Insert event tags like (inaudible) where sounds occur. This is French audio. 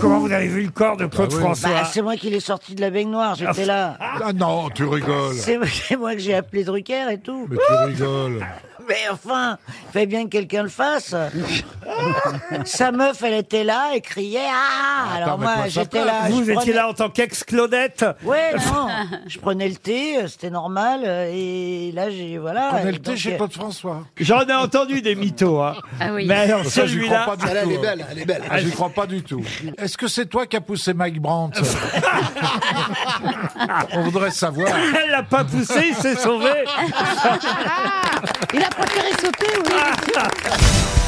Comment vous avez vu le corps de Claude François Bah, c'est moi qui l'ai sorti de la baignoire, j'étais là. Ah non, tu rigoles. (laughs) C'est c'est moi que j'ai appelé Drucker et tout. Mais tu rigoles. Ah Mais enfin, fait bien que quelqu'un le (laughs) fasse. Sa meuf, elle était là et criait Ah Alors Attends, mais moi, toi, ça j'étais passe. là. Vous je étiez prenais- là en tant qu'ex-Claudette (laughs) Ouais, (laughs) non. Je prenais le thé, euh, c'était normal. euh, Et là, j'ai. Voilà. On est le donc, thé chez euh, Claude François. J'en ai entendu des mythos. Hein. Ah oui. Mais alors Ça, j'y celui-là, crois pas du tout. Elle est belle, elle est belle. Ah, j'y crois pas du tout. Est-ce que c'est toi qui as poussé Mike Brandt (laughs) On voudrait savoir. elle l'a pas poussé, il s'est sauvé. (laughs) Il a préféré sauter, oui.